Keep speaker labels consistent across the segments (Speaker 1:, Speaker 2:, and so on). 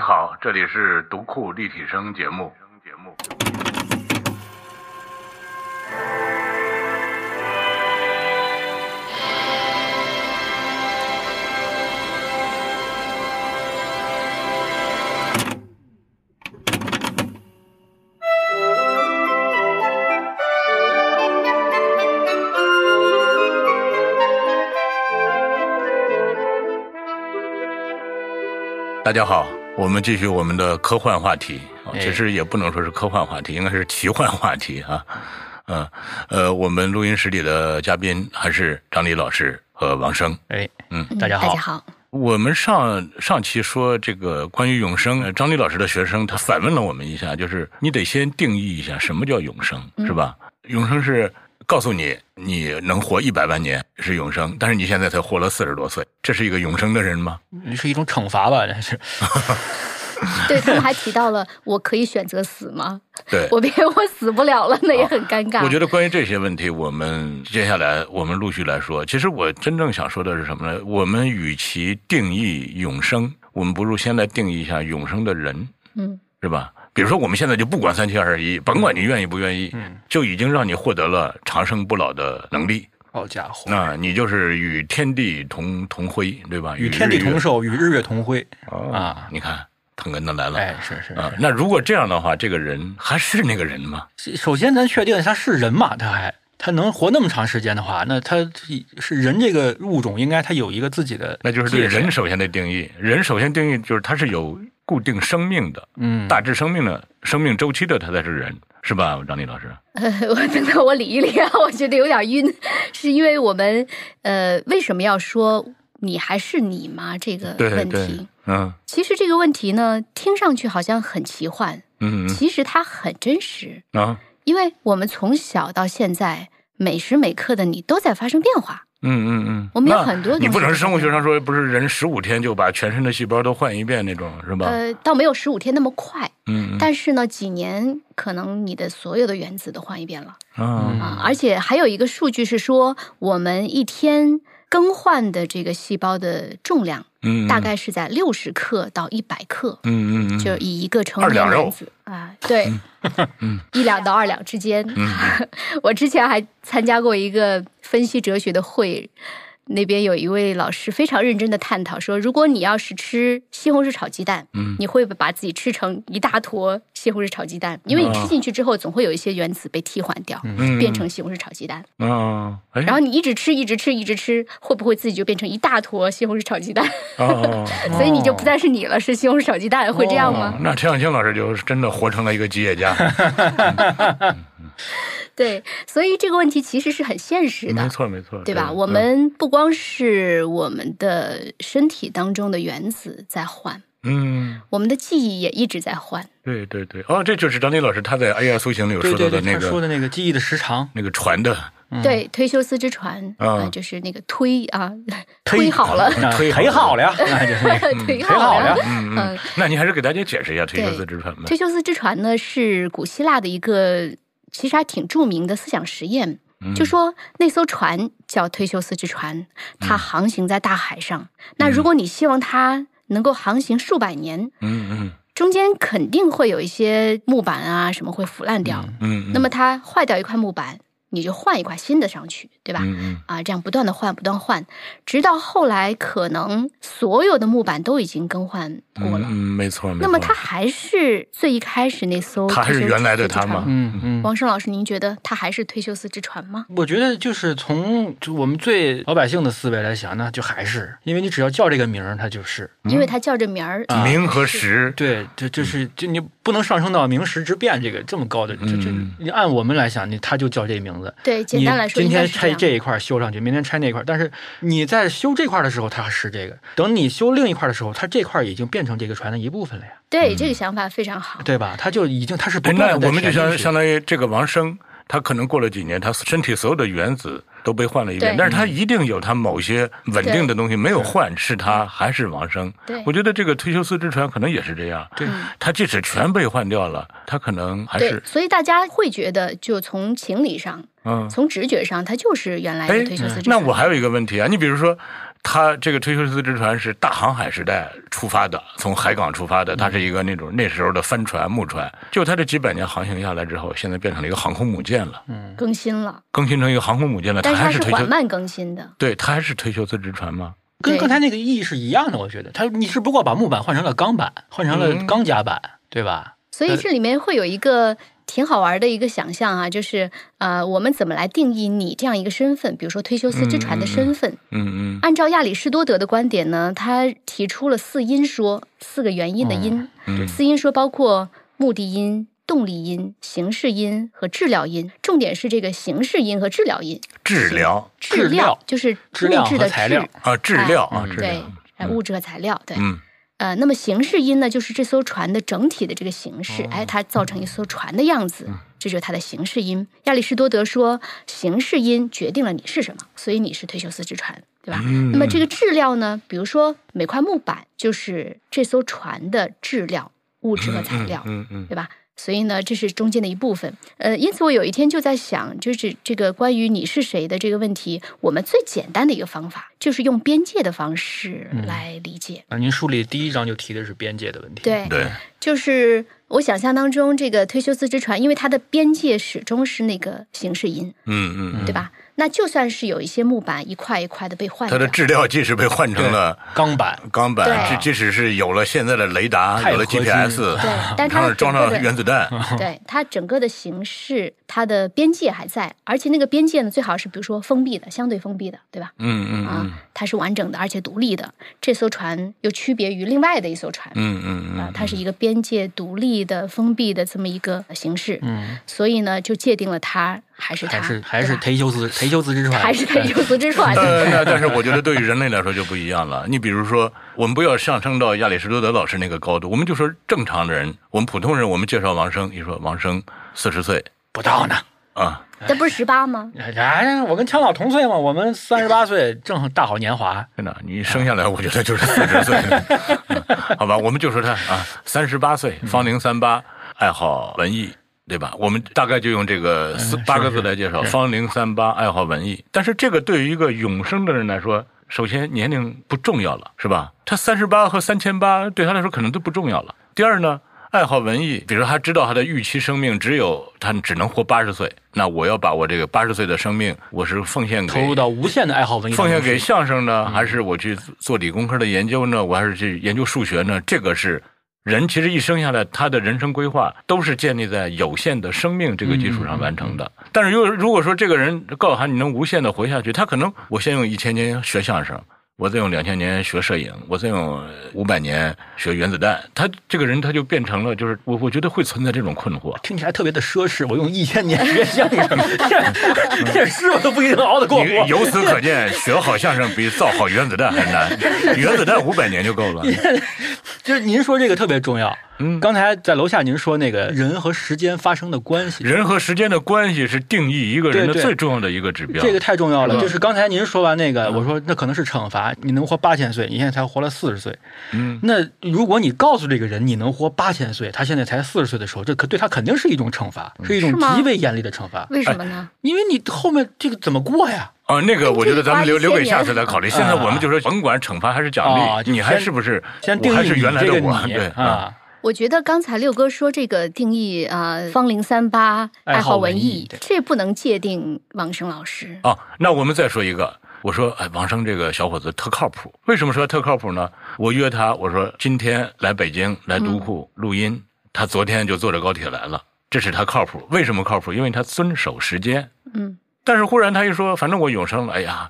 Speaker 1: 好，这里是读库立体声节目。节目。大家好，我们继续我们的科幻话题，啊
Speaker 2: 哎
Speaker 1: 其实也不能说是科幻话题，应该是奇幻话题啊。嗯，呃，我们录音室里的嘉宾还是张丽老师和王生。
Speaker 2: 哎，
Speaker 1: 嗯
Speaker 2: 大家好，
Speaker 3: 大家好，
Speaker 1: 我们上上期说这个关于永生，呃张丽老师的学生他反问了我们一下，就是你得先定义一下什么叫永生，
Speaker 3: 嗯
Speaker 1: 是吧？永生是告诉你你能活一百万年是永生，但是你现在才活了四十多岁，这是一个永生的人吗？
Speaker 3: 嗯
Speaker 2: 是一种惩罚吧？这是
Speaker 3: 对他们还提到了我可以选择死吗？
Speaker 1: 对，
Speaker 3: 我别我死不了了，那也很尴尬。
Speaker 1: 哦我觉得关于这些问题，我们接下来我们陆续来说。其实我真正想说的是什么呢？我们与其定义永生，我们不如先来定义一下永生的人，
Speaker 3: 嗯，
Speaker 1: 是吧？比如说，我们现在就不管三七二十一，甭管你愿意不愿意，
Speaker 2: 嗯
Speaker 1: 就已经让你获得了长生不老的能力。
Speaker 2: 好家伙，
Speaker 1: 那你就是与天地同同辉，对吧？
Speaker 2: 与天地同
Speaker 1: 寿
Speaker 2: 寿，与日月同辉
Speaker 1: 啊
Speaker 3: 嗯
Speaker 2: 啊！！
Speaker 1: 你看，腾根的来了、
Speaker 2: 哎，是是
Speaker 1: 啊
Speaker 2: 是。。
Speaker 1: 那如果这样的话，这个人还是那个人吗？
Speaker 2: 首先，咱确定他是人嘛？他还他能活那么长时间的话，那他是人这个物种，应该他有一个自己的，
Speaker 1: 那就是对
Speaker 2: 啊
Speaker 1: 人，首先的定义。人首先定义就是他是有固定生命的、
Speaker 2: 嗯，
Speaker 1: 大致生命的生命周期的，他才是人，是吧，张丽老师？
Speaker 3: 呃我等等我理一理啊， 我觉得有点晕，是因为我们呃为什么要说你还是你吗这个
Speaker 1: 对
Speaker 3: 问
Speaker 1: 对
Speaker 3: 题？，
Speaker 1: 嗯
Speaker 3: 其实这个问题呢，听上去好像很奇幻，
Speaker 1: 嗯
Speaker 3: 其实它很真实，
Speaker 1: 嗯啊
Speaker 3: 因为我们从小到现在，每时每刻的你都在发生变化。
Speaker 1: 嗯嗯嗯，
Speaker 3: 我们有
Speaker 1: 那
Speaker 3: 很多东西
Speaker 1: 你不能生物学上说不是人十五天就把全身的细胞都换一遍那种是吧？
Speaker 3: 呃，倒没有十五天那么快，
Speaker 1: 嗯嗯
Speaker 3: 但是呢，几年可能你的所有的原子都换一遍了
Speaker 1: 啊
Speaker 2: 嗯
Speaker 3: 啊！而且还有一个数据是说，我们一天更换的这个细胞的重量
Speaker 1: 嗯，
Speaker 3: 大概是在六十克到一百克，
Speaker 1: 嗯嗯嗯
Speaker 3: 就以一个成
Speaker 1: 二
Speaker 3: 年
Speaker 1: 两肉嗯
Speaker 3: 男子啊，对， 一两到二两之间。 我之前还参加过一个分析哲学的会。那边有一位老师非常认真的探讨说，如果你要是吃西红柿炒鸡蛋，
Speaker 1: 嗯
Speaker 3: 你会把自己吃成一大坨西红柿炒鸡蛋，因为你吃进去之后，总会有一些原子被替换掉，
Speaker 1: 啊嗯
Speaker 3: 变成西红柿炒鸡蛋。
Speaker 1: 啊哎
Speaker 3: 然后你一直吃，一直吃，一直吃，会不会自己就变成一大坨西红柿炒鸡蛋？
Speaker 1: 哦。
Speaker 3: 嗯所以你就不再是你了，是西红柿炒鸡蛋，会这样吗？
Speaker 1: 哦那陈小青老师就真的活成了一个企业家，
Speaker 3: 对，所以这个问题其实是很现实
Speaker 1: 没
Speaker 3: 的。
Speaker 1: 错没嗯错，
Speaker 3: 对吧？我们不光是我们的身体当中的原子在换，
Speaker 1: 嗯，
Speaker 3: 我们的记忆也一直在换。
Speaker 1: 对对对，哦，这就是张丽老师他在《哎呀苏醒》里有
Speaker 2: 对
Speaker 1: 说
Speaker 2: 对
Speaker 1: 到的
Speaker 2: 对，
Speaker 1: 那
Speaker 2: 他
Speaker 1: 个
Speaker 2: 说的那个记忆的时 长，
Speaker 1: 那个船 的
Speaker 3: 对，推修斯之船
Speaker 1: 啊
Speaker 3: 呃就是那个推啊，推好 了，
Speaker 2: 啊
Speaker 1: 忒
Speaker 2: 忒好了呀，那就是那 个
Speaker 3: 推
Speaker 2: 忒好
Speaker 3: 好
Speaker 2: 了
Speaker 3: 了。
Speaker 2: 呀，
Speaker 1: 嗯嗯，那您还是给大家解释一下推修斯之船吧。
Speaker 3: 推修斯之船呢，是古希腊的一个其实还挺著名的思想实验。就说那艘船叫推修斯之船，它航行在大海上。那如果你希望它能够航行数百年，
Speaker 1: 嗯嗯
Speaker 3: 中间肯定会有一些木板啊什么会腐烂掉。
Speaker 1: 嗯，嗯
Speaker 3: 那么它坏掉一块木板，你就换一块新的上去，对吧？
Speaker 1: 嗯嗯
Speaker 3: 啊，这样不断的换，不断换，直到后来可能所有的木板都已经更换过
Speaker 1: 嗯
Speaker 3: 了。
Speaker 1: 嗯，没错没错。
Speaker 3: 那么它还是最一开始那艘
Speaker 1: 它还是
Speaker 3: 退休
Speaker 1: 原来的
Speaker 3: 之船
Speaker 1: 它吗
Speaker 2: 嗯嗯。
Speaker 3: 王胜老师，您觉得它还是退休斯之船吗？
Speaker 2: 我觉得就是从就我们最老百姓的思维来想，那就还是，因为你只要叫这个名儿，它就是。
Speaker 1: 嗯
Speaker 3: 因为它叫这名儿，
Speaker 2: 啊
Speaker 1: 明和实，
Speaker 2: 对，这这是
Speaker 1: 嗯
Speaker 2: 就你不能上升到名实之变这个这么高的，这这
Speaker 1: 嗯
Speaker 2: 你按我们来想，你他就叫这名字。
Speaker 3: 对，简单来说
Speaker 2: 你
Speaker 3: 应
Speaker 2: 今
Speaker 3: 该
Speaker 2: 天
Speaker 3: 是这
Speaker 2: 拆
Speaker 3: 样。
Speaker 2: 这一块修上去，明天拆那块，但是你在修这块的时候，它是这个；等你修另一块的时候，它这块已经变成这个船的一部分了呀，
Speaker 3: 对，这个想法非常好。
Speaker 2: 对吧？它就已经它是不
Speaker 1: 哎，
Speaker 2: 断
Speaker 1: 那
Speaker 2: 地
Speaker 1: 我们就
Speaker 2: 填进
Speaker 1: 相
Speaker 2: 去
Speaker 1: 相当于这个王生，他可能过了几年，他身体所有的原子都被换了一遍，
Speaker 3: 对
Speaker 1: 但是他一定有他某些稳定的东西没有换，是他还是王生。
Speaker 3: 对
Speaker 1: 我觉得这个忒修斯之船可能也是这样，
Speaker 2: 对
Speaker 3: 嗯
Speaker 1: 他即使全被换掉了，他可能还
Speaker 3: 对
Speaker 1: 是，
Speaker 3: 所以大家会觉得，就从情理上、
Speaker 1: 嗯。
Speaker 3: 从直觉上，它就是原来
Speaker 1: 哎
Speaker 3: 的退休斯之船。
Speaker 1: 那我还有一个问题啊，你比如说，它这个忒修斯之船是大航海时代出发的，从海港出
Speaker 3: 嗯
Speaker 1: 发的，它是一个那种那时候的帆船、木船。就它这几百年航行下来之后，现在变成了一个航空母舰了，
Speaker 2: 嗯
Speaker 3: 更新了，
Speaker 1: 更新成一个航空母舰了。它
Speaker 3: 但是它
Speaker 1: 还
Speaker 3: 是
Speaker 1: 忒
Speaker 3: 缓
Speaker 1: 修，
Speaker 3: 慢更新的。
Speaker 1: 对，它还是忒修斯之船吗？
Speaker 2: 跟
Speaker 3: 对
Speaker 2: 刚才那个意义是一样的，我觉得它你只不过把木板换成了钢板，换成了
Speaker 1: 嗯
Speaker 2: 钢夹板，对吧？
Speaker 3: 所以这里面会有一个挺好玩的一个想象啊，就是呃，我们怎么来定义你这样一个身份？比如说忒修斯之船的身份，
Speaker 1: 嗯
Speaker 3: 按照亚里士多德的观点呢，他提出了四因说，四个原因的因。
Speaker 1: 嗯
Speaker 3: 四因说包括目的因、动力因、形式因和治疗因。重点是这个形式因和治疗因。
Speaker 1: 嗯，治疗
Speaker 2: 质
Speaker 3: 质
Speaker 2: 量
Speaker 3: 料就是
Speaker 2: 质
Speaker 3: 物
Speaker 2: 量
Speaker 3: 质
Speaker 2: 和
Speaker 3: 的
Speaker 2: 材
Speaker 3: 质
Speaker 2: 料，
Speaker 1: 啊，质量啊，
Speaker 2: 嗯
Speaker 1: 质
Speaker 3: 对
Speaker 1: 量，，
Speaker 3: 哎，物质和材料，对。
Speaker 1: 嗯
Speaker 3: 呃，那么形式音呢，就是这艘船的整体的这个形式，
Speaker 1: 哦
Speaker 3: 哎，它造成一艘船的样
Speaker 1: 嗯
Speaker 3: 子，这就是它的形式音。亚里士多德说，形式音决定了你是什么，所以你是忒修斯之船，对吧？
Speaker 1: 嗯
Speaker 3: 那么这个质料呢，比如说每块木板就是这艘船的质料、物质和材料，
Speaker 1: 嗯嗯
Speaker 3: 对吧？所以呢，这是中间的一部分。呃，因此我有一天就在想，就是这个关于你是谁的这个问题，我们最简单的一个方法就是用边界的方式
Speaker 1: 嗯
Speaker 3: 来理解。
Speaker 2: 啊，您书里第一章就提的是边界的问题，，
Speaker 3: 对
Speaker 1: 嗯，，对，
Speaker 3: 就是我想象当中这个忒修斯之船，因为它的边界始终是那个形式音，
Speaker 1: 嗯嗯嗯，
Speaker 3: 对吧？那就算是有一些木板一块一块的被换
Speaker 1: 它
Speaker 3: 掉
Speaker 1: 的，质料即使被换成了。
Speaker 2: 钢板，
Speaker 1: 钢板，
Speaker 3: 对
Speaker 1: 即即使是有了现在的雷达，
Speaker 2: 钛
Speaker 1: 有了
Speaker 2: 合金
Speaker 1: GPS，
Speaker 3: 对但是它
Speaker 1: 上面
Speaker 3: 的整
Speaker 1: 装
Speaker 3: 个
Speaker 1: 上
Speaker 3: 的啊
Speaker 1: 原子弹，
Speaker 3: 对它整个的形式，它的边界还在，而且那个边界呢，最好是比如说封闭的，相对封闭的，对吧？
Speaker 1: 嗯嗯
Speaker 3: 啊
Speaker 1: 嗯，
Speaker 3: 它是完整的，而且独立的。这艘船又区别于另外的一艘船，
Speaker 1: 嗯嗯
Speaker 3: 啊
Speaker 1: 嗯，，
Speaker 3: 它是一个边界独立的、封闭的这么一个形式，
Speaker 2: 嗯，
Speaker 3: 所以呢，就界定了它还是它，
Speaker 2: 还是还
Speaker 3: 对
Speaker 2: 是
Speaker 3: 吧
Speaker 2: 忒修斯忒修斯之船，
Speaker 3: 还是它有所之啊船。
Speaker 1: 呃，那但是我觉得对于人类来说就不一样了。你比如说，我们不要上升到亚里士多德老师那个高度，我们就说正常的人，我们普通人，我们介绍王生，你说王生四十岁
Speaker 2: 不到呢。
Speaker 1: 啊，
Speaker 3: 这不是十八吗？
Speaker 2: 哎，我跟强老同岁嘛，我们三十八岁，正大好年华。
Speaker 1: 真的，你生下来我觉得就是四十岁，嗯 好吧，我们就说他啊，三十八岁，芳龄三八，爱好文艺。对吧？我们大概就用这个四
Speaker 2: 嗯
Speaker 1: 八个字来介绍：芳龄三八，爱好文艺。但是这个对于一个永生的人来说，首先年龄不重要了，是吧？他三十八和三千八对他来说可能都不重要了。第二呢，爱好文艺，比如说他知道他的预期生命只有他只能活八十岁，那我要把我这个八十岁的生命，我是奉献给
Speaker 2: 投入到无限的爱好文艺当
Speaker 1: 奉
Speaker 2: 中
Speaker 1: 献
Speaker 2: 去，
Speaker 1: 给相声呢，
Speaker 2: 嗯
Speaker 1: 还是我去做理工科的研究呢？我还是去研究数学呢？这个是人其实一生下来，他的人生规划都是建立在有限的生命这个基础上完成
Speaker 2: 嗯
Speaker 1: 的。但是如果如果说这个人告诉他你能无限的活下去，他可能我先用一千年学相声。我再用两千年学摄影，我再用五百年学原子弹，他这个人他就变成了，就是我我觉得会存在这种困惑。
Speaker 2: 听起来特别的奢侈。我用一千年学相声，这这师傅都不一定熬得过
Speaker 1: 你
Speaker 2: 我。
Speaker 1: 由此可见，学好相声比造好原子弹还 难，原子弹五百年就够了。
Speaker 2: 就是您说这个特别重要。嗯，刚才在楼下您说那个人和时间发生的关系，
Speaker 1: 人和时间的关系是定义一个人的
Speaker 2: 对对
Speaker 1: 最重要的一个指标。
Speaker 2: 这个太重要了。
Speaker 3: 嗯
Speaker 2: 就是刚才您说完那
Speaker 1: 嗯
Speaker 2: 个，我说那可能是惩罚，你能活八千岁，你现在才活了四十岁。
Speaker 1: 嗯，
Speaker 2: 那如果你告诉这个人你能活八千岁，他现在才四十岁的时候，这可对他肯定是一种惩罚，
Speaker 1: 嗯
Speaker 2: 是一种
Speaker 3: 是吗
Speaker 2: 极为严厉的惩罚，
Speaker 3: 为什么
Speaker 1: 哎
Speaker 3: 呢？
Speaker 2: 因为你后面这个怎么过呀？
Speaker 1: 啊，那个我觉得咱们留
Speaker 3: 这个
Speaker 1: 留
Speaker 3: 花
Speaker 1: 给
Speaker 3: 一千
Speaker 1: 下次来考虑。现在我们就说，甭管惩罚还是奖
Speaker 2: 啊
Speaker 1: 励，
Speaker 2: 就
Speaker 1: 你还是不是，
Speaker 2: 先
Speaker 1: 我
Speaker 2: 定义
Speaker 1: 还
Speaker 2: 你
Speaker 1: 是原来
Speaker 2: 这
Speaker 1: 的
Speaker 2: 个
Speaker 1: 我，
Speaker 2: 你
Speaker 1: 对啊，
Speaker 2: 啊，
Speaker 3: 我觉得刚才六哥说这个定义啊，呃芳龄三八，
Speaker 2: 爱
Speaker 3: 爱
Speaker 2: 好
Speaker 3: 好
Speaker 2: 文
Speaker 3: 文
Speaker 2: 艺
Speaker 3: 艺
Speaker 2: 对，
Speaker 3: 这不能界定王生老师。
Speaker 1: 哦，那我们再说一个。我说，哎，王生这个小伙子特靠谱。为什么说特靠谱呢？我约他，我说今天来北京来
Speaker 3: 嗯
Speaker 1: 独库录音，他昨天就坐着高铁来了，这是他靠谱。为什么靠谱？因为他遵守时间。
Speaker 3: 嗯，
Speaker 1: 但是忽然他一说，反正我永生了，哎呀，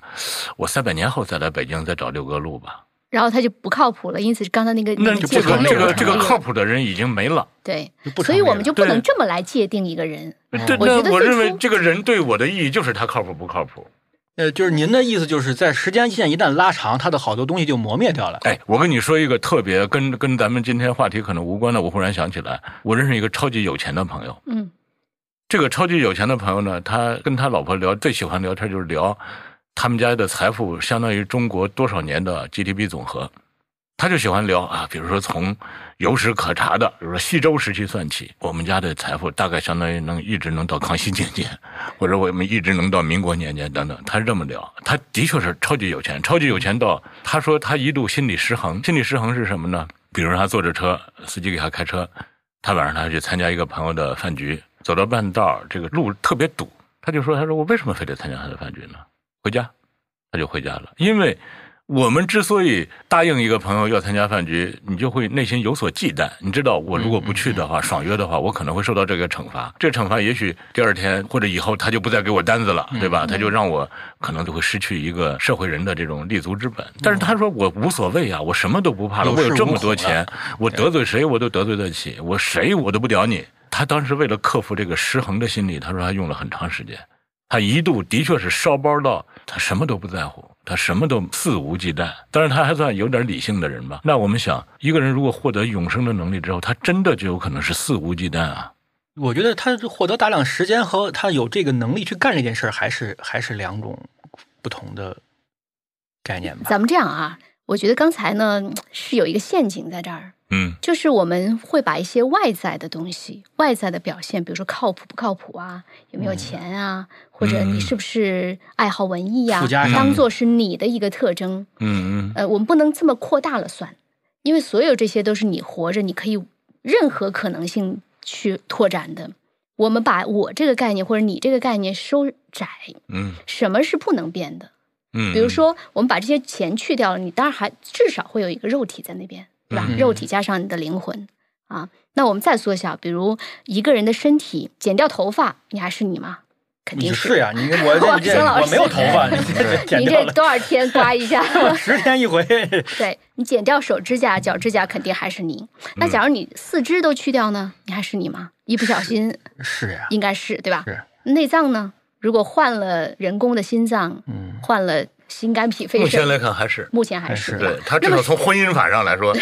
Speaker 1: 我三百年后再来北京再找六哥录吧。
Speaker 3: 然后他就不靠谱了，因此刚才那个
Speaker 1: 那这
Speaker 3: 个界
Speaker 1: 个
Speaker 3: 定
Speaker 2: 成立
Speaker 1: 这
Speaker 3: 又
Speaker 1: 个
Speaker 3: 不
Speaker 1: 这个
Speaker 3: 成立
Speaker 1: 靠谱的人已经没了。
Speaker 3: 对
Speaker 2: 就不，成
Speaker 3: 所
Speaker 2: 立
Speaker 3: 以我们就不
Speaker 1: 了对
Speaker 3: 能这么来界定一个人。
Speaker 1: 对，
Speaker 3: 嗯我觉
Speaker 1: 那
Speaker 3: 得
Speaker 1: 我
Speaker 3: 最
Speaker 1: 认为
Speaker 3: 初
Speaker 1: 这个人对我的意义就是他靠谱不靠谱。
Speaker 2: 呃，就是您的意思就是在时间线一旦拉长，它的好多东西就磨灭掉了。
Speaker 1: 哎，我跟你说一个特别跟跟咱们今天话题可能无关的，我忽然想起来，我认识一个超级有钱的朋友。
Speaker 3: 嗯，
Speaker 1: 这个超级有钱的朋友呢，他跟他老婆聊，最喜欢聊天就是聊他们家的财富相当于中国多少年的 GDP 总和。他就喜欢聊啊，比如说从有史可查的，比如说西周时期算起，我们家的财富大概相当于能一直能到康熙年间，或者我们一直能到民国年间等等。他是这么聊，他的确是超级有钱，超级有钱到他说他一度心理失衡，心理失衡是什么呢？比如他坐着车，司机给他开车，他晚上他去参加一个朋友的饭局，走到半道儿这个路特别堵，他就说：“他说我为什么非得参加他的饭局呢？回家，他就回家了，因为。”我们之所以答应一个朋友要参加饭局，你就会内心有所忌惮。你知道，我如果不去
Speaker 2: 嗯
Speaker 1: 的话，爽约的话，我可能会受到这个惩罚。这个惩罚也许第二天或者以后他就不再给我单子了，
Speaker 2: 嗯
Speaker 1: 对吧？他就让我可能就会失去一个社会人的这种立足之本。但是他说我无所谓啊，我什么都不怕了，
Speaker 2: 嗯有
Speaker 1: 我有
Speaker 2: 恃
Speaker 1: 这
Speaker 2: 无
Speaker 1: 么多
Speaker 2: 恐啊
Speaker 1: 钱，我得罪谁我都得罪得起，我谁我都不屌你。他当时为了克服这个失衡的心理，他说他用了很长时间。他一度的确是烧包到他什么都不在乎，他什么都肆无忌惮。但是他还算有点理性的人吧。那我们想，一个人如果获得永生的能力之后，他真的就有可能是肆无忌惮啊。
Speaker 2: 我觉得他获得大量时间和他有这个能力去干这件事儿，还是还是两种不同的概念吧。
Speaker 3: 咱们这样啊，我觉得刚才呢是有一个陷阱在这儿，
Speaker 1: 嗯
Speaker 3: 就是我们会把一些外在的东西、外在的表现，比如说靠谱不靠谱啊，有没有钱啊，或者
Speaker 1: 嗯
Speaker 3: 你是不是爱好文艺呀、
Speaker 2: 附加上
Speaker 3: 当做是你的一个特征。
Speaker 1: 嗯嗯
Speaker 3: 呃，我们不能这么扩大了算，因为所有这些都是你活着，你可以任何可能性去拓展的。我们把我这个概念或者你这个概念收窄，
Speaker 1: 嗯
Speaker 3: 什么是不能变的？
Speaker 1: 嗯，
Speaker 3: 比如说，我们把这些钱去掉了，你当然还至少会有一个肉体在那边，对吧？
Speaker 2: 嗯
Speaker 3: 肉体加上你的灵魂啊。那我们再缩小，比如一个人的身体，剪掉头发，你还是你吗？肯
Speaker 2: 你
Speaker 3: 定
Speaker 2: 是呀、你我
Speaker 3: 哇
Speaker 2: 这这
Speaker 3: 邢老师
Speaker 2: 我没有头发，你这剪
Speaker 3: 你
Speaker 2: 掉
Speaker 3: 这
Speaker 2: 了
Speaker 3: 多少天刮 一下？
Speaker 2: 十天 一回，
Speaker 3: 对你剪掉手指甲、脚指甲，肯定还是你。
Speaker 2: 嗯
Speaker 3: 那假如你四肢都去掉呢？你还是你吗？一不小心
Speaker 2: 是呀、
Speaker 3: 应该是对吧？
Speaker 2: 是
Speaker 3: 内脏呢？如果换了人工的心脏，
Speaker 2: 嗯，
Speaker 3: 换了心肝脾肺
Speaker 1: 目前
Speaker 3: 肾，
Speaker 1: 来看还是。
Speaker 3: 目前还是
Speaker 2: 还是
Speaker 3: 对吧
Speaker 1: 对他至少从 婚姻法上来说，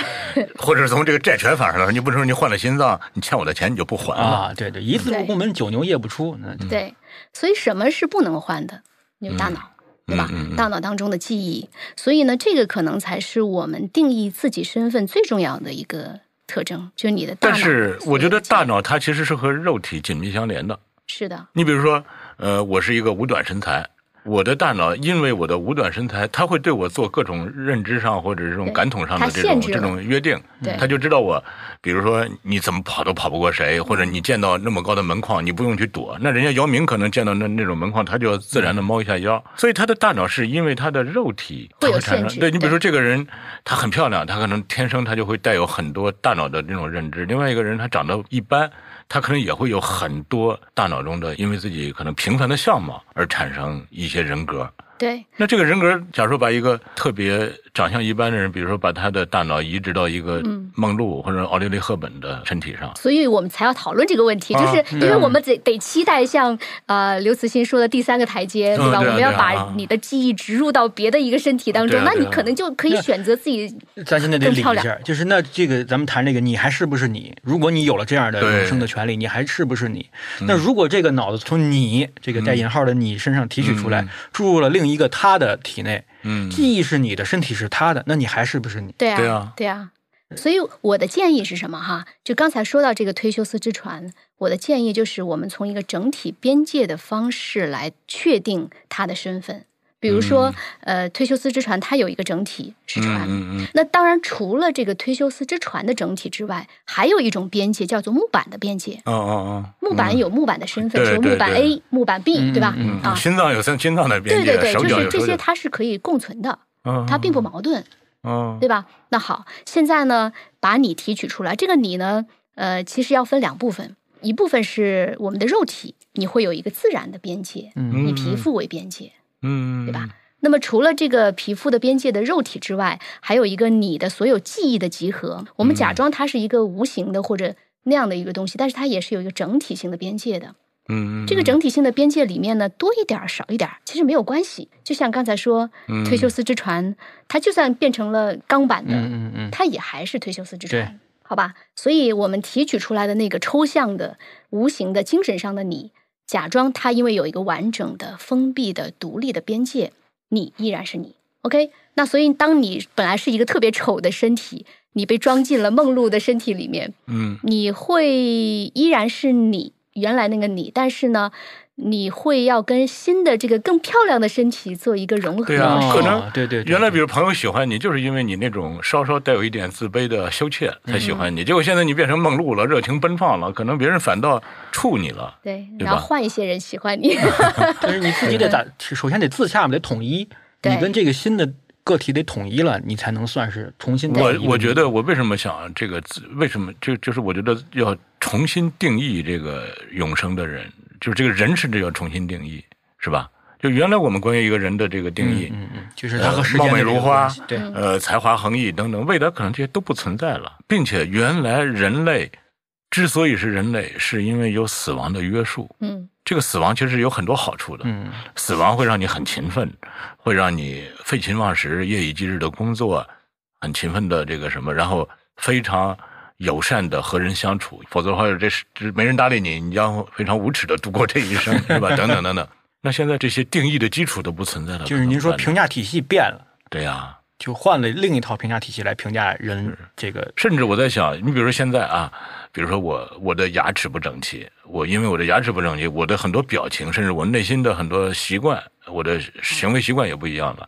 Speaker 1: 或者是从这个债权法上来说，你不能说你换了心脏，你欠我的钱你就不还了。
Speaker 2: 啊，对对，一字
Speaker 3: 对
Speaker 2: 入宫门，九牛也不出，那
Speaker 1: 嗯
Speaker 3: 对，所以什么是不能换的？就是大脑，对吧？
Speaker 1: 嗯嗯嗯
Speaker 3: 大脑当中的记忆，所以呢，这个可能才是我们定义自己身份最重要的一个特征，就是你的大
Speaker 1: 但
Speaker 3: 脑。
Speaker 1: 是我觉得大脑它其实是和肉体紧密相连的。
Speaker 3: 是的，
Speaker 1: 你比如说，呃，我是一个五短身材，我的大脑因为我的五短身材，它会对我做各种认知上或者这种
Speaker 3: 对
Speaker 1: 感统上
Speaker 3: 它
Speaker 1: 的这
Speaker 3: 限
Speaker 1: 种
Speaker 3: 制
Speaker 1: 这
Speaker 3: 了
Speaker 1: 种约定
Speaker 3: 对，
Speaker 1: 它就知道我，比如说你怎么跑都跑不过谁，或者你见到那么高的门框，你不用去躲，那人家姚明可能见到那那种门框，他就要自
Speaker 3: 嗯
Speaker 1: 然的猫一下腰，所以他的大脑是因为他的肉体
Speaker 3: 会有
Speaker 1: 它产
Speaker 3: 限
Speaker 1: 生
Speaker 3: 制
Speaker 1: 对你比如说
Speaker 3: 对
Speaker 1: 这个人他很漂亮，他可能天生他就会带有很多大脑的这种认知；另外一个人他长得一般，他可能也会有很多大脑中的因为自己可能平凡的相貌而产生一些人格。
Speaker 3: 对，
Speaker 1: 那这个人格，假如说把一个特别长相一般的人，比如说把他的大脑移植到一个
Speaker 3: 嗯
Speaker 1: 梦露或者奥地利赫本的身体上，
Speaker 3: 所以我们才要讨论这个问题，
Speaker 1: 啊
Speaker 3: 就是因为
Speaker 1: 嗯
Speaker 3: 我们得得期待像呃刘慈欣说的第三个台阶，
Speaker 1: 嗯
Speaker 3: 对吧？
Speaker 1: 对啊
Speaker 3: 我们要
Speaker 1: 对啊啊
Speaker 3: 把你的记忆植入到别的一个身体当
Speaker 1: 对
Speaker 3: 中，
Speaker 1: 啊
Speaker 3: 那
Speaker 1: 对啊
Speaker 3: 你可能就可以
Speaker 2: 那
Speaker 3: 选择自己
Speaker 2: 咱现在得理
Speaker 3: 更漂
Speaker 2: 一下，
Speaker 3: 亮
Speaker 2: 就是那这个咱们谈这个，你还是不是你？如果你有了这样的
Speaker 1: 对嗯
Speaker 2: 永生的权利，你还是不是你？那如果这个脑子从你这个带引号的你身上提取出来，
Speaker 1: 嗯
Speaker 2: 注入了另一个他的体内，
Speaker 1: 嗯，
Speaker 2: 记忆是你的，身体是他的，那你还是不是你？
Speaker 3: 对啊，
Speaker 1: 对啊
Speaker 3: 所以我的建议是什么哈？就刚才说到这个推修斯之船，我的建议就是我们从一个整体边界的方式来确定他的身份。比如说，呃，推修斯之船它有一个整体是船。
Speaker 1: 嗯嗯
Speaker 3: 那当然，除了这个推修斯之船的整体之外，还有一种边界叫做木板的边界。
Speaker 1: 嗯，哦哦哦，
Speaker 3: 木板有木板的身份，
Speaker 1: 对
Speaker 3: 是
Speaker 1: 对
Speaker 3: 木板
Speaker 1: 对
Speaker 3: A、木板 B，
Speaker 2: 嗯
Speaker 3: 对吧？
Speaker 2: 嗯
Speaker 1: 嗯
Speaker 3: 啊，
Speaker 1: 心脏有心心脏的边
Speaker 3: 对
Speaker 1: 界，
Speaker 3: 对对，
Speaker 1: 手
Speaker 3: 就
Speaker 1: 脚
Speaker 3: 是
Speaker 1: 有
Speaker 3: 这
Speaker 1: 手
Speaker 3: 些，
Speaker 1: 脚，
Speaker 3: 它是可以共存的，
Speaker 1: 嗯
Speaker 3: 它并不矛盾。
Speaker 1: 嗯
Speaker 3: 对吧？那好，现在呢，把你提取出来，这个你呢，呃，其实要分两部分，一部分是我们的肉体，你会有一个自然的边界，
Speaker 2: 嗯
Speaker 3: 以皮肤为边界。
Speaker 1: 嗯，
Speaker 3: 对吧？那么除了这个皮肤的边界的肉体之外，还有一个你的所有记忆的集合。我们
Speaker 1: 嗯
Speaker 3: 假装它是一个无形的或者那样的一个东西，但是它也是有一个整体性的边界的。
Speaker 1: 嗯嗯，
Speaker 3: 这个整体性的边界里面呢，多一点儿少一点儿，其实没有关系。就像刚才说，
Speaker 1: 嗯
Speaker 3: 忒修斯之船，它就算变成了钢板的，
Speaker 2: 嗯嗯嗯，
Speaker 3: 它也还是忒修斯之
Speaker 2: 对
Speaker 3: 船，好吧？所以我们提取出来的那个抽象的、无形的、精神上的你，假装它因为有一个完整的、封闭的、独立的边界，你依然是你。 OK，那所以当你本来是一个特别丑的身体，你被装进了梦露的身体里面，
Speaker 1: 嗯，
Speaker 3: 你会依然是你原来那个你，但是呢，你会要跟新的这个更漂亮的身体做一个融合。
Speaker 1: 对啊
Speaker 2: 哦
Speaker 1: 可能
Speaker 2: 对对，对
Speaker 1: 原来比如朋友喜欢你，就是因为你那种稍稍带有一点自卑的羞怯才
Speaker 3: 嗯
Speaker 1: 喜欢你，结果现在你变成梦露了，热情奔放了，可能别人反倒怵你了。
Speaker 3: 对，
Speaker 1: 对
Speaker 3: 然后
Speaker 1: 吧
Speaker 3: 换一些人喜欢 你。
Speaker 2: 但是你自己得咋，首先得自洽嘛，得统一，
Speaker 3: 对
Speaker 2: 你跟这个新的个体得统一了，你才能算是重新定义
Speaker 1: 我
Speaker 2: 一个
Speaker 1: 我觉
Speaker 2: 你
Speaker 1: 得我为什么想这个自为什么就就是我觉得要重新定义这个永生的人，就是这个人甚至要重新定义，是吧？就原来我们关于一个人的这个定义，呃
Speaker 2: 嗯嗯，就是它和时
Speaker 1: 貌
Speaker 2: 间
Speaker 1: 美
Speaker 2: 的这
Speaker 1: 如
Speaker 2: 个
Speaker 1: 花
Speaker 2: 关系对，
Speaker 1: 呃，才华横溢等等，未来可能这些都不存在了，并且原来人类之所以是人类，是因为有死亡的约束。
Speaker 3: 嗯
Speaker 1: 这个死亡其实有很多好处的，
Speaker 2: 嗯
Speaker 1: 死亡会让你很勤奋，会让你废寝忘食、夜以继日的工作，很勤奋的这个什么，然后非常友善的和人相处，否则的话这是这没人搭理你，你将非常无耻的度过这一生，是吧？等等等等。 那现在这些定义的基础都不存在了，
Speaker 2: 就是您说
Speaker 1: 可能
Speaker 2: 评价体系变了。
Speaker 1: 对呀、
Speaker 2: 就换了另一套评价体系来评价人这个，
Speaker 1: 甚至我在想，你比如说现在啊，比如说我我的牙齿不整齐，我因为我的牙齿不整齐，我的很多表情，甚至我内心的很多习惯，我的行为习惯也不一样了。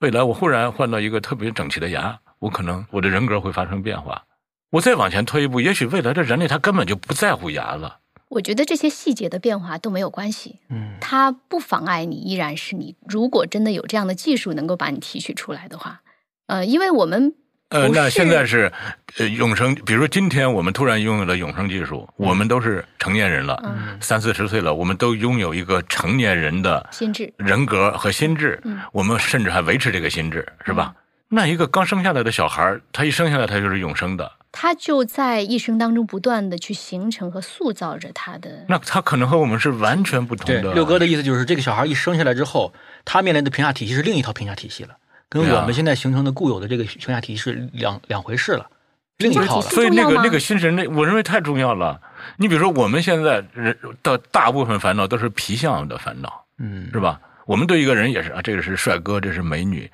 Speaker 1: 未来我忽然换到一个特别整齐的牙，我可能我的人格会发生变化。我再往前推一步，也许未来的人类他根本就不在乎牙了。
Speaker 3: 我觉得这些细节的变化都没有关系，
Speaker 2: 嗯，
Speaker 3: 它不妨碍你依然是你。如果真的有这样的技术能够把你提取出来的话，呃，因为我们
Speaker 1: 呃，
Speaker 3: 不
Speaker 1: 那
Speaker 3: 是
Speaker 1: 现在是呃永生，比如说今天我们突然拥有了永生技术，我们都是成年人了，
Speaker 3: 嗯
Speaker 1: 三四十岁了，我们都拥有一个成年人的
Speaker 3: 心智，
Speaker 1: 人格和心智，
Speaker 3: 嗯
Speaker 1: 我们甚至还维持这个心智，是吧？那一个刚生下来的小孩儿，他一生下来他就是永生的，
Speaker 3: 它就在一生当中不断的去形成和塑造着它的。
Speaker 1: 那他可能和我们是完全不同
Speaker 2: 对，
Speaker 1: 的。
Speaker 2: 六哥的意思就是，这个小孩一生下来之后，他面临的评价体系是另一套评价体系了，跟
Speaker 1: 对啊
Speaker 2: 我们现在形成的固有的这个评价体系是两两回事了，另一套了。
Speaker 1: 所以那
Speaker 3: 重要
Speaker 1: 个
Speaker 3: 吗
Speaker 1: 那个心神，那我认为太重要了。你比如说，我们现在人的大部分烦恼都是皮相的烦恼，
Speaker 2: 嗯
Speaker 1: 是吧？我们对一个人也是啊，这个是帅哥，这是美女，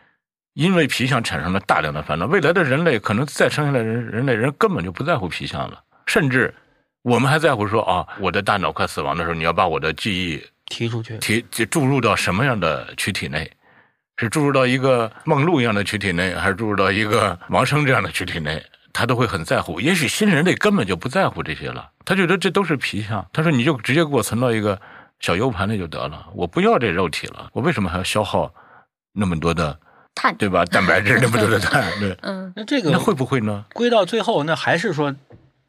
Speaker 1: 因为皮相产生了大量的烦恼。未来的人类可能再生下来人，人类人根本就不在乎皮相了，甚至我们还在乎说啊，我的大脑快死亡的时候，你要把我的记忆
Speaker 2: 提出去，
Speaker 1: 提提注入到什么样的躯体内？是注入到一个梦露一样的躯体内，还是注入到一个王生这样的躯体内？他都会很在乎。也许新人类根本就不在乎这些了，他觉得这都是皮相。他说：“你就直接给我存到一个小 U 盘里就得了，我不要这肉体了。我为什么还要消耗那么多的，
Speaker 3: 碳，
Speaker 1: 对吧？蛋白质那么多的碳，对，
Speaker 3: 嗯，
Speaker 2: 那这个
Speaker 1: 那会不会呢？
Speaker 2: 归到最后，那还是说，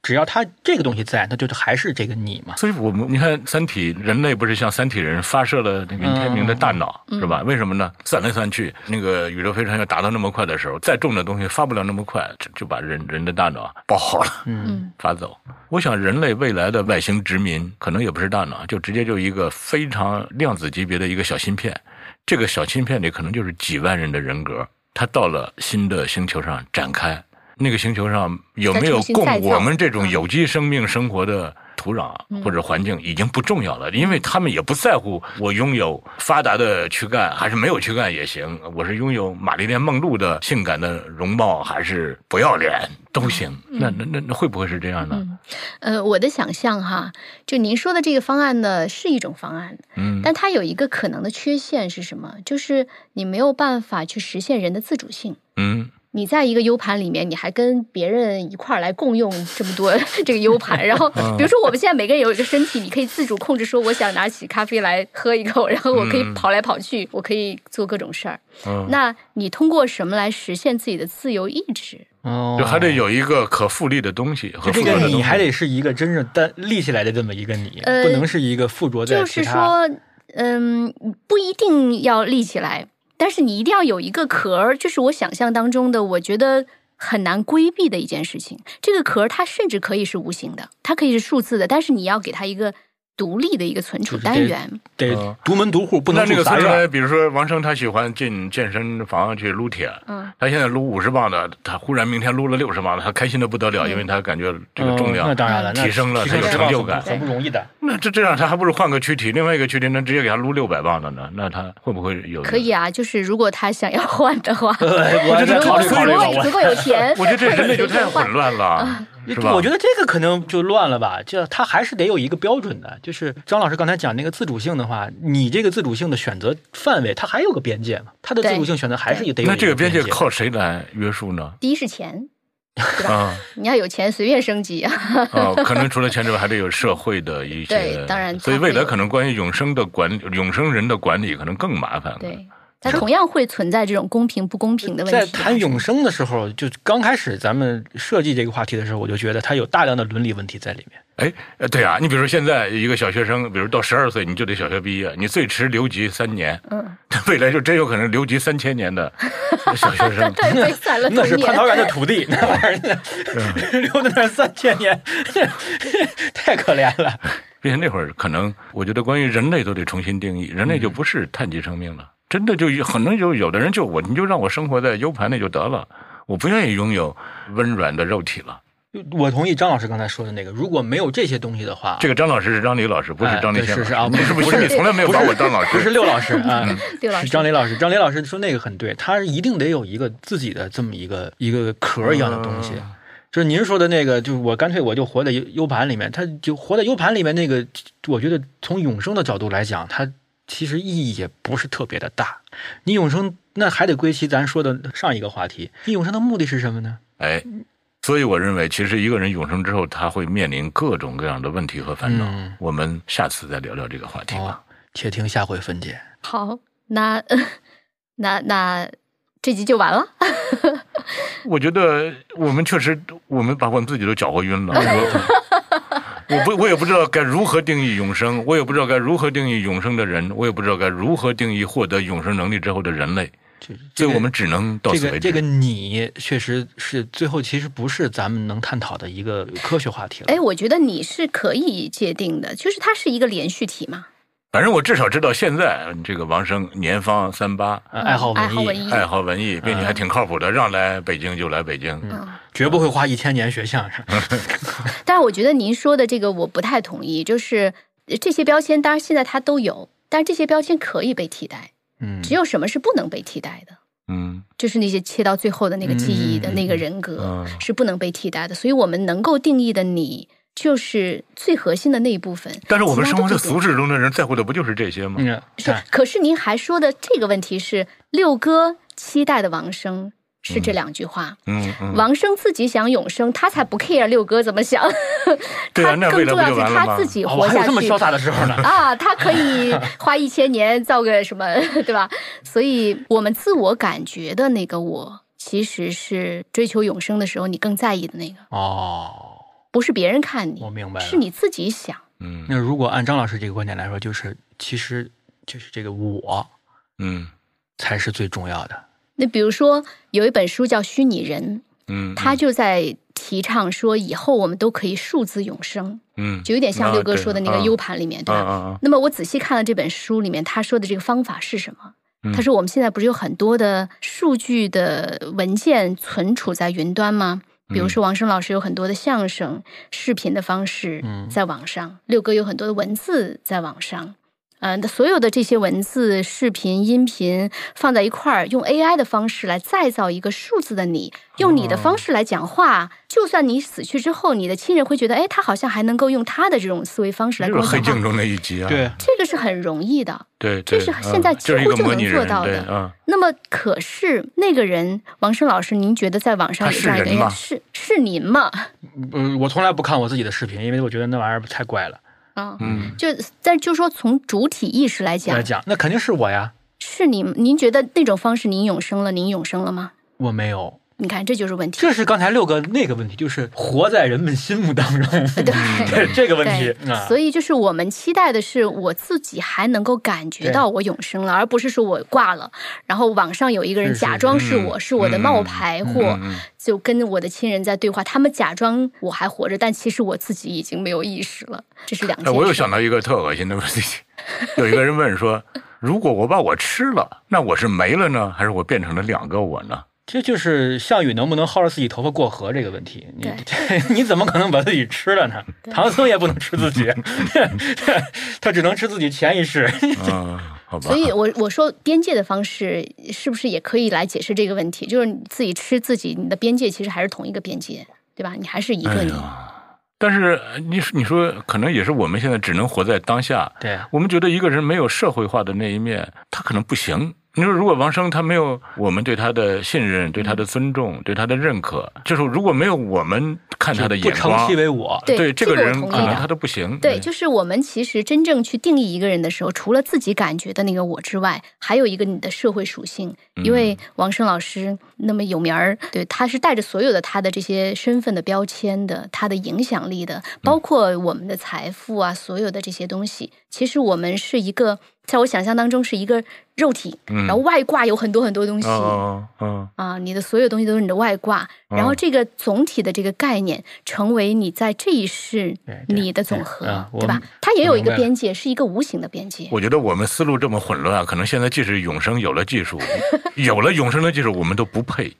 Speaker 2: 只要他这个东西在，那就还是这个你嘛。
Speaker 1: 所以我们你看《三体》，人类不是向《三体人》发射了那个尹天明的大脑，
Speaker 3: 嗯嗯
Speaker 1: 是吧？为什么呢？算来算去，那个宇宙飞船要达到那么快的时候，再重的东西发不了那么快，就就把人人的大脑包好了，
Speaker 2: 嗯，
Speaker 3: 嗯，
Speaker 1: 发走。我想，人类未来的外星殖民可能也不是大脑，就直接就一个非常量子级别的一个小芯片，这个小芯片里可能就是几万人的人格，它到了新的星球上展开。那个星球上有没有
Speaker 3: 再重新
Speaker 1: 供
Speaker 3: 再造
Speaker 1: 我们这种
Speaker 3: 嗯
Speaker 1: 有机生命生活的土壤或者环境已经不重要了，因
Speaker 3: 嗯
Speaker 1: 为他们也不在乎我拥有发达的躯干还是没有躯干也行，我是拥有玛丽莲梦露的性感的容貌还是不要脸都行。
Speaker 3: 嗯
Speaker 1: 那那那那会不会是这样呢？
Speaker 3: 呃，我的想象哈，就您说的这个方案呢，是一种方案，
Speaker 1: 嗯，
Speaker 3: 但它有一个可能的缺陷是什么？就是你没有办法去实现人的自主性。
Speaker 1: 嗯，
Speaker 3: 你在一个 U 盘里面，你还跟别人一块儿来共用这么多这个 U 盘，然后
Speaker 1: 嗯
Speaker 3: 比如说我们现在每个人有一个身体，你可以自主控制，说我想拿起咖啡来喝一口，然后我可以
Speaker 1: 嗯
Speaker 3: 跑来跑去，我可以做各种事儿。
Speaker 1: 嗯
Speaker 3: 那你通过什么来实现自己的自由意志？
Speaker 2: 哦，
Speaker 1: 就还得有一个可复利的东西和
Speaker 2: 就这
Speaker 1: 复利
Speaker 2: 个
Speaker 1: 的东西。
Speaker 2: 你还得是一个真正单立起来的这么一个你，
Speaker 3: 呃
Speaker 2: 不能是一个附着在
Speaker 3: 就是
Speaker 2: 其他。
Speaker 3: 说，嗯，不一定要立起来，但是你一定要有一个壳儿，这是我想象当中的，我觉得很难规避的一件事情。这个壳儿它甚至可以是无形的，它可以是数字的，但是你要给它一个。独立的一个存储
Speaker 2: 就是
Speaker 3: 单
Speaker 2: 得
Speaker 3: 元。
Speaker 2: 得独门独户，不
Speaker 1: 嗯
Speaker 2: 能
Speaker 1: 那这
Speaker 2: 住
Speaker 1: 个
Speaker 2: 杂
Speaker 1: 存储
Speaker 2: 院。
Speaker 1: 单，比如说王生他喜欢进健身房去撸铁，
Speaker 3: 嗯，
Speaker 1: 他现在撸五十磅的，他忽然明天撸了六十磅的，他开心的不得了，因为他感觉这个重
Speaker 2: 嗯
Speaker 1: 量
Speaker 2: 那当然了，那
Speaker 1: 提升了
Speaker 2: 提
Speaker 1: 他有
Speaker 2: 知
Speaker 1: 成
Speaker 2: 道
Speaker 1: 就
Speaker 2: 很
Speaker 1: 感
Speaker 2: 很不容易的。
Speaker 1: 那这这样，他还不如换个躯体，另外一个躯体，那直接给他撸六百磅的呢？那他会不会
Speaker 2: 嗯
Speaker 1: 有？
Speaker 3: 可以。啊，就是如果他想要换 的话，
Speaker 2: 我
Speaker 1: 这
Speaker 2: 在
Speaker 1: 个
Speaker 2: 哎考虑
Speaker 1: 如果
Speaker 2: 考
Speaker 3: 如
Speaker 2: 虑吧，
Speaker 3: 果如
Speaker 2: 我
Speaker 3: 果有钱，
Speaker 1: 我觉得这人类就太
Speaker 3: 换
Speaker 1: 混。乱 了，是吧？
Speaker 2: 我觉得啊这个可能就乱了吧，这他还是得有一个标准的，就是张老师刚才讲那个自主性的话，你这个自主性的选择范围，它还有个边界嘛，它的自主性选择还是得有一
Speaker 1: 那这个边
Speaker 2: 界
Speaker 1: 界靠谁来约束呢？
Speaker 3: 第一是钱，
Speaker 1: 啊
Speaker 3: 你要有钱随便升级啊。
Speaker 1: 啊，可能除了钱之外，还得有社会的一些。
Speaker 3: 对当然
Speaker 1: 所以
Speaker 3: 它会
Speaker 1: 未来
Speaker 3: 有
Speaker 1: 可能关于永生的管理、永生人的管理可能更麻烦了。
Speaker 3: 对，但同样会存在这种公平不公平的问
Speaker 2: 在
Speaker 3: 题。啊
Speaker 2: 谈永生的时候，就刚开始咱们设计这个话题的时候，我就觉得它有大量的伦理问题在里面。
Speaker 1: 哎，呃对啊，你比如说现在一个小学生，比如到十二岁你就得小学毕业，你最迟留级三年，
Speaker 3: 嗯，。
Speaker 1: 未来就真有可能留级三千年的小学生
Speaker 3: 太悲惨了，
Speaker 2: 那是
Speaker 3: 童年
Speaker 2: 蟠桃园的土地，那玩意儿
Speaker 1: 嗯
Speaker 2: 留在那儿三千年， 太可怜了。
Speaker 1: 并且那会儿可能，我觉得关于人类都得重新定义，人类就
Speaker 3: 嗯
Speaker 1: 不是碳基生命了，真的就有可能就有的人就我你就让我生活在 U 盘内就得了，我不愿意拥有温软的肉体了。
Speaker 2: 我同意张老师刚才说的那个，如果没有这些东西的话，
Speaker 1: 这个张老师是张黎老师，不是
Speaker 2: 哎
Speaker 1: 张立
Speaker 2: 对
Speaker 1: 宪
Speaker 2: 是
Speaker 1: 老师
Speaker 2: 是啊
Speaker 1: 你
Speaker 2: 不
Speaker 1: 是
Speaker 2: 是
Speaker 1: 不
Speaker 2: 不
Speaker 1: 是
Speaker 2: 是
Speaker 1: 你从来没有把我当老师？
Speaker 2: 不是六老师啊。
Speaker 1: 嗯
Speaker 3: 对老
Speaker 2: 是
Speaker 3: 师
Speaker 2: 张雷老师，张雷老师说那个很对，他一定得有一个自己的这么一个一个壳儿一样的东西，
Speaker 1: 嗯
Speaker 2: 就是您说的那个，就是我干脆我就活在 U U 盘里面，他就活在 U 盘里面那个，我觉得从永生的角度来讲，它其实意义也不是特别的大。你永生那还得归其咱说的上一个话题，你永生的目的是什么呢？
Speaker 1: 哎，所以我认为，其实一个人永生之后，他会面临各种各样的问题和烦恼。
Speaker 2: 嗯
Speaker 1: 我们下次再聊聊这个话题吧。
Speaker 2: 哦，且听下回 分解。
Speaker 3: 好，那那那这集就完了。
Speaker 1: 我觉得我们确实，我们把我们自己都搅和晕了。
Speaker 2: 嗯
Speaker 1: 我我不，我也不知道该如何定义永生，我也不知道该如何定义永生的人，我也不知道该如何定义获得永生能力之后的人类，
Speaker 2: 这
Speaker 1: 所
Speaker 2: 这
Speaker 1: 以
Speaker 2: 个
Speaker 1: 我们只能到
Speaker 2: 这
Speaker 1: 此
Speaker 2: 个
Speaker 1: 为
Speaker 2: 这
Speaker 1: 止。
Speaker 2: 个你确实是最后其实不是咱们能探讨的一个科学话题了。
Speaker 3: 哎，我觉得你是可以界定的，就是它是一个连续体嘛，
Speaker 1: 反正我至少知道，现在这个王生年方三八，
Speaker 2: 呃爱好
Speaker 3: 爱好
Speaker 2: 文
Speaker 3: 文
Speaker 2: 艺，
Speaker 3: 艺，
Speaker 1: 爱好文艺，并且还挺靠谱的，让来北京就来北京。
Speaker 3: 嗯。
Speaker 2: 绝不会花一千年学相声。
Speaker 1: 嗯
Speaker 3: 但是我觉得您说的这个我不太同意，就是呃这些标签，当然现在它都有，但是这些标签可以被替代，
Speaker 2: 嗯，
Speaker 3: 只有什么是不能被替代的。
Speaker 1: 嗯
Speaker 3: 就是那些切到最后的那个记忆的
Speaker 2: 嗯嗯嗯
Speaker 3: 那个人格
Speaker 1: 嗯
Speaker 3: 是不能被替代的，所以我们能够定义的你就是最核心的那一部分。
Speaker 1: 但是我们
Speaker 3: 其
Speaker 1: 生
Speaker 3: 他都
Speaker 1: 活在
Speaker 3: 不行
Speaker 1: 俗世中的人在乎的不就是这些吗？
Speaker 2: 嗯，
Speaker 3: 是，可是您还说的这个问题是六哥期待的王生是这两句话。
Speaker 1: 嗯嗯，
Speaker 3: 王生自己想永生，他才不 care 六哥怎么想。
Speaker 1: 对啊
Speaker 3: 他
Speaker 1: 那
Speaker 3: 更
Speaker 1: 未来
Speaker 3: 重
Speaker 1: 不
Speaker 3: 要
Speaker 1: 就完
Speaker 3: 是
Speaker 1: 了吗
Speaker 3: 他自己
Speaker 2: 哦我
Speaker 3: 活
Speaker 2: 还有
Speaker 3: 下
Speaker 2: 这么
Speaker 3: 去。
Speaker 2: 潇洒的时候呢。
Speaker 3: 啊，他可以花一千年造个什么， 对吧？所以我们自我感觉的那个我，其实是追求永生的时候，你更在意的那个，
Speaker 2: 哦，
Speaker 3: 不是别人看你
Speaker 2: 我，明白了。
Speaker 3: 啊是你自己想。
Speaker 1: 嗯
Speaker 2: 那如果按张老师这个观点来说，就是其实就是这个我
Speaker 1: 嗯
Speaker 2: 才是最重要的。
Speaker 3: 那比如说，有一本书叫《虚拟人》，
Speaker 1: 嗯，
Speaker 3: 他就在提倡说，以后我们都可以数字永生，
Speaker 1: 嗯，
Speaker 3: 就有点像
Speaker 1: 啊
Speaker 3: 六哥
Speaker 1: 对
Speaker 3: 说的那个
Speaker 1: 啊
Speaker 3: U 盘里面，对
Speaker 1: 啊
Speaker 3: 吧？
Speaker 1: 啊啊，
Speaker 3: 那么我仔细看了这本书里面他说的这个方法是什么
Speaker 1: 嗯？
Speaker 3: 他说我们现在不是有很多的数据的文件存储在云端吗？
Speaker 1: 嗯
Speaker 3: 比如说王声老师有很多的相声、视频的方式
Speaker 2: 嗯
Speaker 3: 在网上，六哥有很多的文字在网上。呃，那所有的这些文字、视频、音频放在一块儿，用 AI 的方式来再造一个数字的你，用你的方式来讲
Speaker 1: 哦
Speaker 3: 话。就算你死去之后，你的亲人会觉得，哎，他好像还能够用他的这种思维方式来
Speaker 1: 这
Speaker 3: 跟
Speaker 1: 是
Speaker 3: 我
Speaker 1: 黑
Speaker 3: 讲话
Speaker 1: 镜。中的一集啊，
Speaker 3: 这个是很容易的。
Speaker 1: 对，
Speaker 3: 这
Speaker 1: 对
Speaker 3: 是
Speaker 1: 嗯
Speaker 3: 现在几
Speaker 1: 这是一
Speaker 3: 乎
Speaker 1: 个
Speaker 3: 就
Speaker 1: 模
Speaker 3: 能
Speaker 1: 拟
Speaker 3: 做
Speaker 1: 人
Speaker 3: 到
Speaker 1: 对
Speaker 3: 的
Speaker 1: 啊，
Speaker 3: 那么，可是那个人，王生老师，您觉得在网上
Speaker 1: 他
Speaker 3: 有
Speaker 1: 是
Speaker 3: 这样一个
Speaker 1: 人吗
Speaker 3: 是是您吗？
Speaker 2: 嗯，我从来不看我自己的视频，因为我觉得那玩意儿太怪了。
Speaker 3: 啊、
Speaker 1: 嗯，
Speaker 3: 就但就说从主体意识来
Speaker 2: 来
Speaker 3: 讲，
Speaker 2: 讲，那肯定是我呀，
Speaker 3: 是您，您觉得那种方式您永生了，您永生了吗？
Speaker 2: 我没有。
Speaker 3: 你看，这就是问题。
Speaker 2: 这是刚才六哥那个问题，就是活在人们心目当中，
Speaker 3: 对
Speaker 2: 这个问题
Speaker 3: 对
Speaker 2: 啊。
Speaker 3: 所以就是我们期待的是，我自己还能够感觉到我永生了，而不是说我挂了，然后网上有一个人
Speaker 2: 是是
Speaker 3: 假装是
Speaker 1: 嗯
Speaker 3: 我是我的冒牌货
Speaker 1: 嗯嗯嗯，
Speaker 3: 就跟我的亲人在对话，他们假装我还活着，但其实我自己已经没有意识了，这是两件
Speaker 1: 哎，
Speaker 3: 事。
Speaker 1: 我又想到一个特恶心的问题，有一个人问说：“如果我把我吃了，那我是没了呢，还是我变成了两个我呢
Speaker 2: 这就是项羽能不能薅着自己头发过河这个问题。你
Speaker 3: 对
Speaker 2: 你怎么可能把自己吃了呢？
Speaker 3: 对
Speaker 2: 唐僧也不能吃自己， 他只能吃自己前一世。？”
Speaker 1: 嗯，好吧
Speaker 3: 所。以我，我说边界的方式是不是也可以来解释这个问题？就是你自己吃自己，你的边界其实还是同一个边界，对吧？你还是一
Speaker 1: 哎
Speaker 3: 个你。
Speaker 1: 但是呃你说你说，可能也是我们现在只能活在当下。
Speaker 2: 对啊，
Speaker 1: 我们觉得一个人没有社会化的那一面，他可能不行。你说，如果王生他没有我们对他的信任、对他的尊
Speaker 3: 嗯
Speaker 1: 重、对他的认可，就是如果没有我们看他的
Speaker 2: 不
Speaker 1: 眼
Speaker 2: 成
Speaker 1: 光
Speaker 2: 其，为我。
Speaker 3: 对
Speaker 1: 对这个
Speaker 3: 这个我
Speaker 1: 人
Speaker 3: 同意
Speaker 1: 可能
Speaker 3: 的
Speaker 1: 他都不行。嗯
Speaker 3: 对，就是我们其实真正去定义一个人的时候，除了自己感觉的那个我之外，还有一个你的社会属性。因
Speaker 1: 嗯
Speaker 3: 为王生老师那么有名儿，对，他是带着所有的他的这些身份的标签的，他的影响力
Speaker 1: 嗯
Speaker 3: 的，包括我们的财富啊，所有的这些东西。其实我们是一个，在我想象当中是一个肉体，
Speaker 1: 嗯
Speaker 3: 然后外挂有很多很多东西。
Speaker 1: 哦哦哦，
Speaker 3: 啊，你的所有东西都是你的外挂，然后
Speaker 1: 哦
Speaker 3: 这个总体的这个概念成为你在这一世
Speaker 2: 对对
Speaker 3: 你的总
Speaker 2: 对
Speaker 3: 和，
Speaker 2: 啊我
Speaker 3: 对吧
Speaker 2: 们？
Speaker 3: 它也有一
Speaker 2: 明白
Speaker 3: 个
Speaker 2: 了
Speaker 3: 边界，是一个无形的边界。
Speaker 1: 我觉得我们思路这么混乱，啊可能现在即使永生有了技术，有了永生的技术，我们都不配。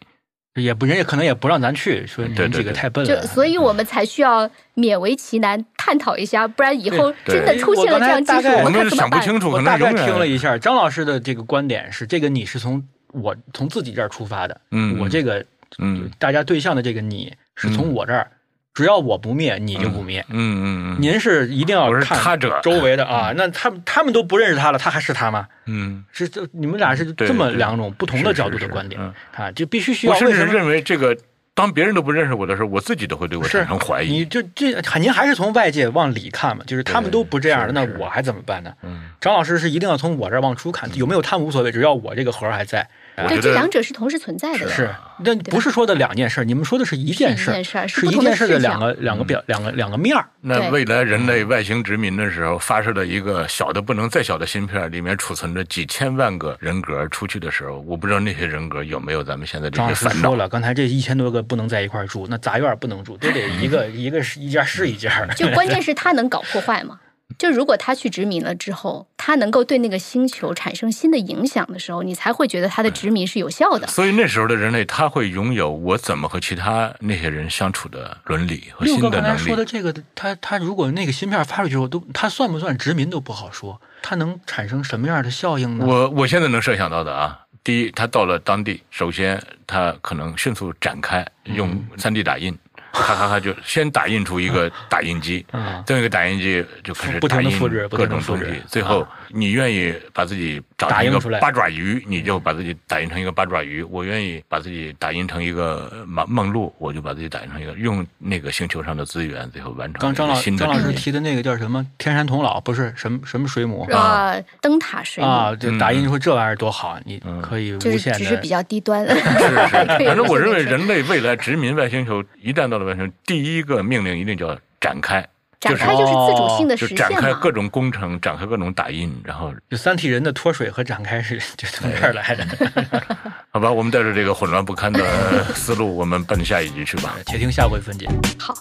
Speaker 2: 也不人家可能也不让咱去，说你
Speaker 1: 对
Speaker 2: 们
Speaker 1: 对
Speaker 2: 几个
Speaker 1: 对
Speaker 2: 太笨
Speaker 3: 就
Speaker 2: 了。
Speaker 3: 所以，我们才需要勉为其难探讨一下，不然以后
Speaker 1: 对
Speaker 3: 真的出现了这样技
Speaker 2: 我刚才大
Speaker 3: 术，
Speaker 2: 概
Speaker 3: 我
Speaker 1: 我
Speaker 3: 们
Speaker 1: 们
Speaker 3: 可
Speaker 1: 是
Speaker 3: 怎么
Speaker 1: 想不
Speaker 3: 办？
Speaker 1: 清楚，可
Speaker 2: 我
Speaker 1: 能
Speaker 2: 大
Speaker 1: 永
Speaker 2: 概
Speaker 1: 远
Speaker 2: 听了一下张老师的这个观点是，这个你是从我从自己这儿出发的，
Speaker 1: 嗯
Speaker 2: 我这个
Speaker 1: 嗯
Speaker 2: 大家对象的这个你是从
Speaker 1: 嗯
Speaker 2: 我这儿，只要我不灭，你就不灭。
Speaker 1: 嗯嗯嗯
Speaker 2: 您是一定要
Speaker 1: 我是
Speaker 2: 看
Speaker 1: 他者
Speaker 2: 周围的啊，那他们他们都不认识他了，他还是他吗？
Speaker 1: 嗯，
Speaker 2: 是这你们俩是
Speaker 1: 对
Speaker 2: 这么
Speaker 1: 对
Speaker 2: 两种不同的
Speaker 1: 是
Speaker 2: 角度
Speaker 1: 是是
Speaker 2: 的观点
Speaker 1: 嗯
Speaker 2: 啊，就必须需要
Speaker 1: 我甚
Speaker 2: 为
Speaker 1: 至
Speaker 2: 什么？
Speaker 1: 认为这个，当别人都不认识我的时候，我自己都会对我
Speaker 2: 是
Speaker 1: 产生怀疑。
Speaker 2: 你就这，您还是从外界往里看嘛，就是他们
Speaker 1: 对
Speaker 2: 都不这样了，
Speaker 1: 是
Speaker 2: 那
Speaker 1: 是
Speaker 2: 我还怎么办呢？
Speaker 1: 嗯，
Speaker 2: 张老师是一定要从我这儿往出看，有没有他们无所谓，只要我这个核儿还在。
Speaker 1: 我
Speaker 3: 对，
Speaker 1: 觉
Speaker 3: 这
Speaker 1: 得
Speaker 3: 两者是同时存在的。
Speaker 2: 是，那不是说的两件事，你们说的是一件事，
Speaker 3: 是一件事儿
Speaker 2: 是
Speaker 3: 是
Speaker 2: 一
Speaker 3: 不同的
Speaker 2: 件事的
Speaker 3: 视角
Speaker 2: 两个两个表两个两个面儿。
Speaker 1: 那
Speaker 3: 对
Speaker 1: 未来人类外星殖民的时候，发射了一个小的不能再小的芯片，里面储存着几千万个人格。出去的时候，我不知道那些人格有没有咱们现在这
Speaker 2: 张老
Speaker 1: 些
Speaker 2: 师
Speaker 1: 烦
Speaker 2: 说
Speaker 1: 恼。
Speaker 2: 了，刚才这一千多个不能在一块儿住，那杂院儿不能住，都得
Speaker 1: 嗯
Speaker 2: 一个一个是一家是一家。
Speaker 3: 就关键是他能搞破坏吗？就如果他去殖民了之后，他能够对那个星球产生新的影响的时候，你才会觉得他的殖民是有效的。
Speaker 1: 所以那时候的人类，他会拥有我怎么和其他那些人相处的伦理和
Speaker 2: 六
Speaker 1: 新
Speaker 2: 哥
Speaker 1: 的
Speaker 2: 刚才
Speaker 1: 能
Speaker 2: 说的
Speaker 1: 力。
Speaker 2: 这个，他他如果那个芯片发出去后，都他算不算殖民都不好说，他能产生什么样的效应呢？
Speaker 1: 我我现在能设想到的啊，第一，他到了当地，首先他可能迅速展开
Speaker 2: 嗯
Speaker 1: 用三 D 打印，咔咔咔就先打印出一个打印机，
Speaker 2: 嗯
Speaker 1: 这么一个打印机就开始
Speaker 2: 不停
Speaker 1: 打
Speaker 2: 地
Speaker 1: 印
Speaker 2: 复制不
Speaker 1: 各
Speaker 2: 停
Speaker 1: 种
Speaker 2: 地复
Speaker 1: 东
Speaker 2: 制啊
Speaker 1: 西，最后你愿意把自己长
Speaker 2: 打
Speaker 1: 成一
Speaker 2: 印
Speaker 1: 个
Speaker 2: 出来嗯
Speaker 1: 八爪鱼，你就把自己打印成一个八爪鱼；我愿意把自己打印成一个梦梦露，我就把自己打印成一个用那个星球上的资源，最后完成
Speaker 2: 刚
Speaker 1: 一
Speaker 2: 张
Speaker 1: 个
Speaker 2: 老
Speaker 1: 新的
Speaker 2: 张老
Speaker 1: 理
Speaker 2: 师
Speaker 1: 念
Speaker 2: 提的那个叫什么天山童姥，不是什么什么水母
Speaker 3: 呃，灯塔水母
Speaker 2: 啊？就打印
Speaker 1: 嗯
Speaker 2: 出这玩意儿多好，你可以
Speaker 3: 就
Speaker 2: 无
Speaker 3: 是
Speaker 2: 限
Speaker 3: 只是
Speaker 2: 的
Speaker 3: 比较低 端。
Speaker 1: 是是，
Speaker 3: 可以
Speaker 1: 反正我
Speaker 3: 无限
Speaker 1: 认为
Speaker 3: 延伸
Speaker 1: 人类未来殖民外星球，一旦到了外星球，第一个命令一定叫展开，
Speaker 3: 展
Speaker 1: 就是
Speaker 3: 开就是自主性的
Speaker 1: 就
Speaker 3: 实
Speaker 1: 展
Speaker 3: 现
Speaker 1: 开
Speaker 3: 嘛。
Speaker 1: 各种工程，展开各种打印，然后
Speaker 2: 就三体人的脱水和展开是 就从这儿来的。
Speaker 1: 好 吧，我们带着这个混乱不堪的思路，我们奔下一集去吧。
Speaker 2: 且听下回分解。
Speaker 3: 好。